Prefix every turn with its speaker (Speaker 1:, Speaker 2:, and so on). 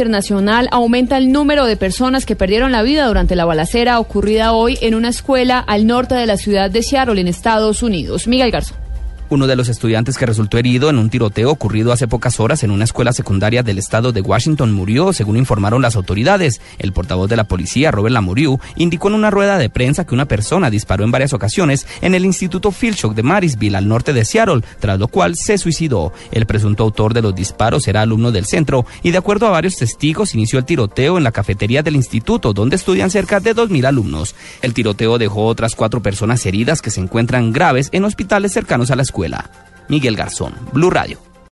Speaker 1: Internacional aumenta el número de personas que perdieron la vida durante la balacera ocurrida hoy en una escuela al norte de la ciudad de Seattle, en Estados Unidos. Miguel Garzón.
Speaker 2: Uno de los estudiantes que resultó herido en un tiroteo ocurrido hace pocas horas en una escuela secundaria del estado de Washington murió, según informaron las autoridades. El portavoz de la policía, Robert Lamoriu, indicó en una rueda de prensa que una persona disparó en varias ocasiones en el Instituto Filchok de Marysville, al norte de Seattle, tras lo cual se suicidó. El presunto autor de los disparos era alumno del centro y, de acuerdo a varios testigos, inició el tiroteo en la cafetería del instituto, donde estudian cerca de 2.000 alumnos. El tiroteo dejó otras cuatro personas heridas que se encuentran graves en hospitales cercanos a la escuela. Miguel Garzón, Blue Radio.